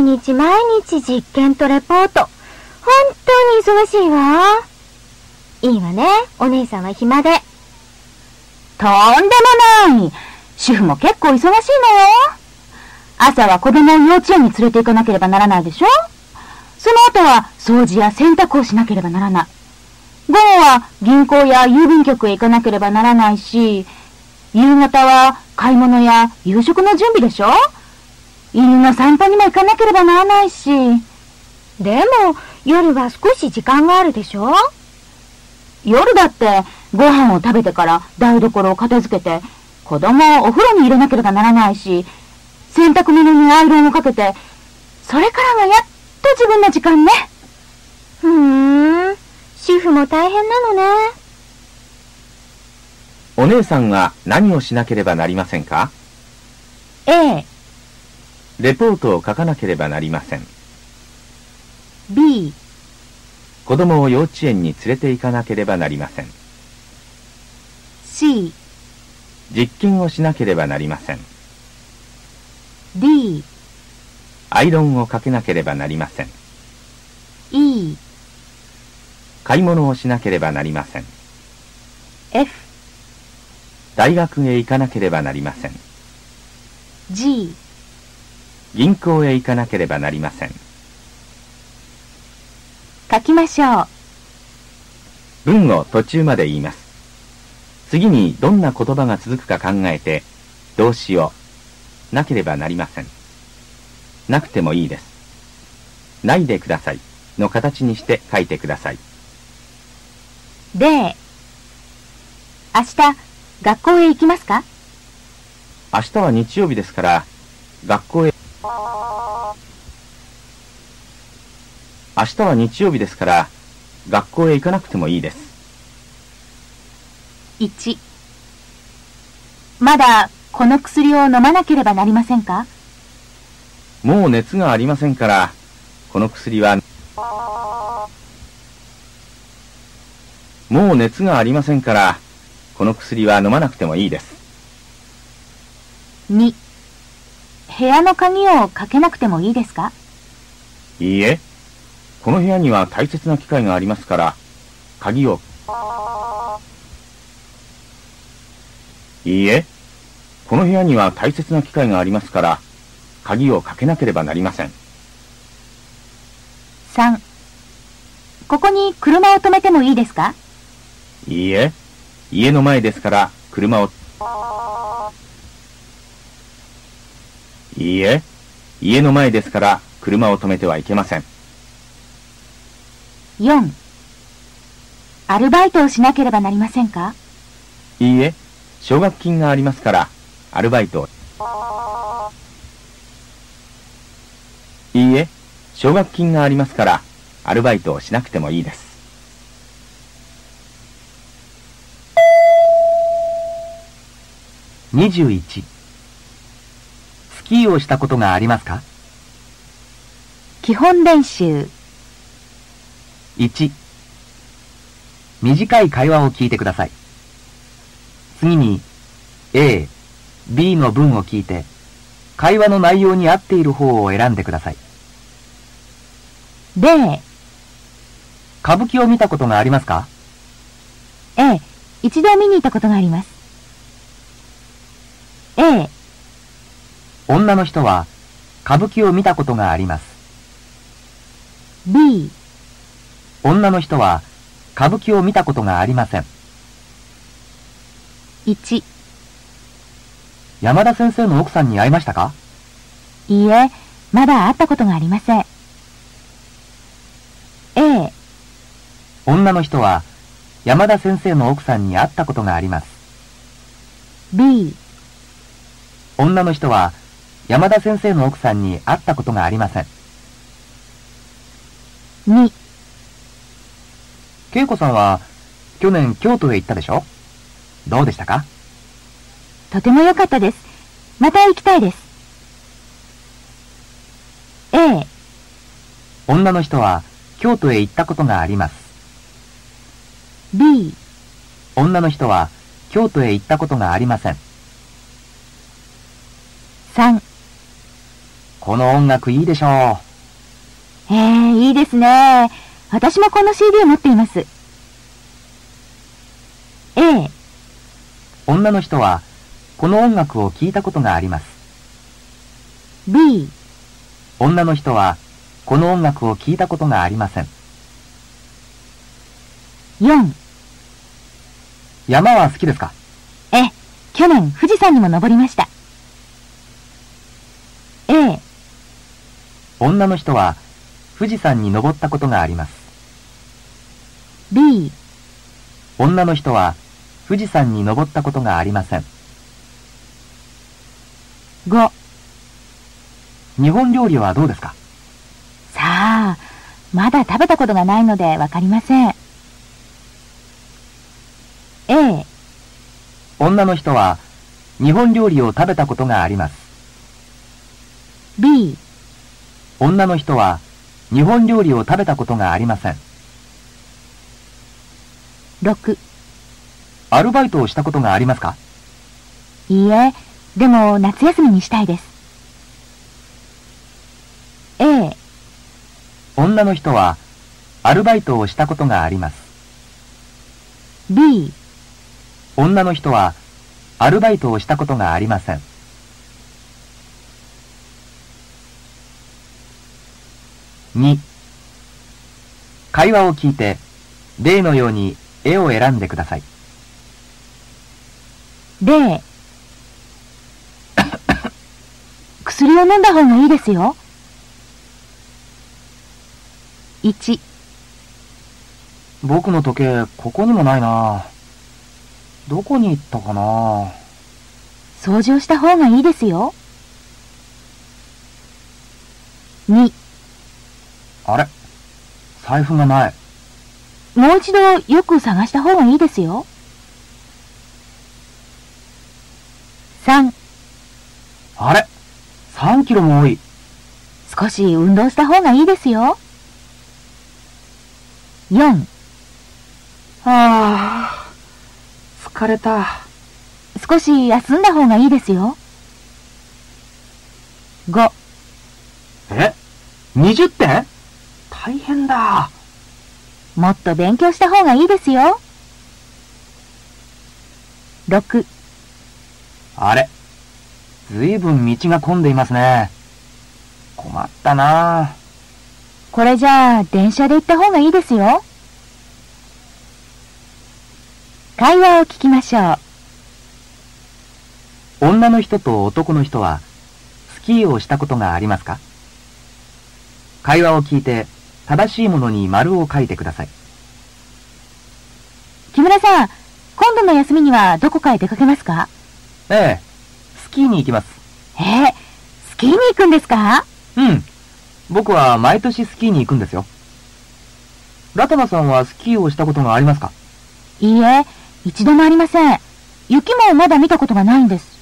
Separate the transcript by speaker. Speaker 1: 日毎日実験とレポート。本当に忙しいわ。いいわね。お姉さんは暇で。
Speaker 2: とんでもない。主婦も結構忙しいのよ。朝は子供を幼稚園に連れて行かなければならないでしょその後は掃除や洗濯をしなければならない。午後は銀行や郵便局へ行かなければならないし、夕方は買い物や夕食の準備でしょ犬の散歩にも行かなければならないし、
Speaker 1: でも、夜は少し時間があるでしょ
Speaker 2: 夜だってご飯を食べてから台所を片付けて、子供をお風呂に入れなければならないし、洗濯物にアイロンをかけて、それからがやっと自分の時間ね。
Speaker 1: ふーん。主婦も大変なのね。
Speaker 3: お姉さんは何をしなければなりませんか
Speaker 2: A、
Speaker 3: レポートを書かなければなりません。
Speaker 2: B、
Speaker 3: 子供を幼稚園に連れて行かなければなりません。
Speaker 2: C、
Speaker 3: 実験をしなければなりません。
Speaker 2: D、
Speaker 3: アイロンをかけなければなりません。
Speaker 2: E、
Speaker 3: 買い物をしなければなりません。
Speaker 2: F、
Speaker 3: 大学へ行かなければなりません。
Speaker 2: G、
Speaker 3: 銀行へ行かなければなりません。
Speaker 2: 書きましょう。
Speaker 3: 文を途中まで言います。次にどんな言葉が続くか考えて、動詞を、なければなりません。なくてもいいです。ないでくださいの形にして書いてください。
Speaker 2: で、明日、学校へ行きますか
Speaker 3: 明日は日曜日ですから、学校へ、明日は日曜日ですから、学校へ行かなくてもいいです。
Speaker 2: ?1、まだ、この薬を飲まなければなりませんか
Speaker 3: もう熱がありませんから、この薬は、もう熱がありませんから、この薬は飲まなくてもいいです。
Speaker 2: ?2、部屋の鍵をかけなくてもいいですか
Speaker 3: いいえ、この部屋には大切な機械がありますから、鍵を。いいえ、この部屋には大切な機械がありますから、鍵をかけなければなりません。
Speaker 2: ?3、ここに車を止めてもいいですか
Speaker 3: いいえ、家の前ですから車を。いいえ、家の前ですから車を止めてはいけません。
Speaker 2: ?4、アルバイトをしなければなりませんか
Speaker 3: いいえ、奨学金がありますからアルバイトを。いいえ、奨学金がありますからアルバイトをしなくてもいいです。
Speaker 4: 21スキーをしたことがありますか
Speaker 2: 基本練習。
Speaker 4: 1短い会話を聞いてください次に A、B の文を聞いて会話の内容に合っている方を選んでください
Speaker 2: 例、
Speaker 4: 歌舞伎を見たことがありますか
Speaker 2: A、一度見に行ったことがあります。A、
Speaker 4: 女の人は歌舞伎を見たことがあります
Speaker 2: B、
Speaker 4: 女の人は歌舞伎を見たことがありません
Speaker 2: 1、
Speaker 4: 山田先生の奥さんに会いましたか
Speaker 2: いいえ、まだ会ったことがありません。A、
Speaker 4: 女の人は山田先生の奥さんに会ったことがあります
Speaker 2: B、
Speaker 4: 女の人は山田先生の奥さんに会ったことがありません
Speaker 2: 2、
Speaker 4: 恵子さんは去年京都へ行ったでしょどうでしたか
Speaker 2: とても良かったです。また行きたいです。A、
Speaker 4: 女の人は京都へ行ったことがあります
Speaker 2: B、
Speaker 4: 女の人は京都へ行ったことがありません
Speaker 2: 3、
Speaker 3: この音楽いいでしょ
Speaker 2: ええいいですね。私もこの CD を持っています。A、
Speaker 3: う。女の人は、この音楽を聴いたことがあります。
Speaker 2: B、
Speaker 3: 女の人は、この音楽を聴いたことがありません。
Speaker 2: 4。
Speaker 3: 山は好きですか
Speaker 2: ええ、去年富士山にも登りました。A、
Speaker 3: 女の人は、富士山に登ったことがあります。
Speaker 2: B、
Speaker 3: 女の人は、富士山に登ったことがありません。
Speaker 2: 5。
Speaker 3: 日本料理はどうですか
Speaker 2: さあ、まだ食べたことがないのでわかりません。A、
Speaker 3: 女の人は、日本料理を食べたことがあります。
Speaker 2: B、
Speaker 3: 女の人は、日本料理を食べたことがありません。
Speaker 2: 6。
Speaker 3: アルバイトをしたことがありますか
Speaker 2: いいえ、でも夏休みにしたいです。A、
Speaker 3: 女の人は、アルバイトをしたことがあります。
Speaker 2: B、
Speaker 3: 女の人は、アルバイトをしたことがありません。2会話を聞いて、例のように絵を選んでください。
Speaker 2: 0。薬を飲んだ方がいいですよ。1、
Speaker 3: 僕の時計、ここにもないなどこに行ったかな
Speaker 2: 掃除をした方がいいですよ。2、
Speaker 3: あれ財布がない。
Speaker 2: もう一度よく探した方がいいですよ。3、
Speaker 3: あれ ?3 キロも多い。
Speaker 2: 少し運動した方がいいですよ。4、
Speaker 3: ああ、疲れた。
Speaker 2: 少し休んだ方がいいですよ。5、
Speaker 3: え ?20 点大変だ。
Speaker 2: もっと勉強した方がいいですよ。6、
Speaker 3: あれずいぶん道が混んでいますね。困ったな
Speaker 2: これじゃあ電車で行った方がいいですよ。会話を聞きましょう。
Speaker 3: 女の人と男の人は、スキーをしたことがありますか会話を聞いて、正しいものに丸を書いてください。
Speaker 2: 木村さん、今度の休みにはどこかへ出かけますか
Speaker 3: ええ、スキーに行きます。
Speaker 2: えー、スキーに行くんですか
Speaker 3: うん。僕は毎年スキーに行くんですよ。ラタマさんはスキーをしたことがありますか
Speaker 2: いいえ、一度もありません。雪もまだ見たことがないんです。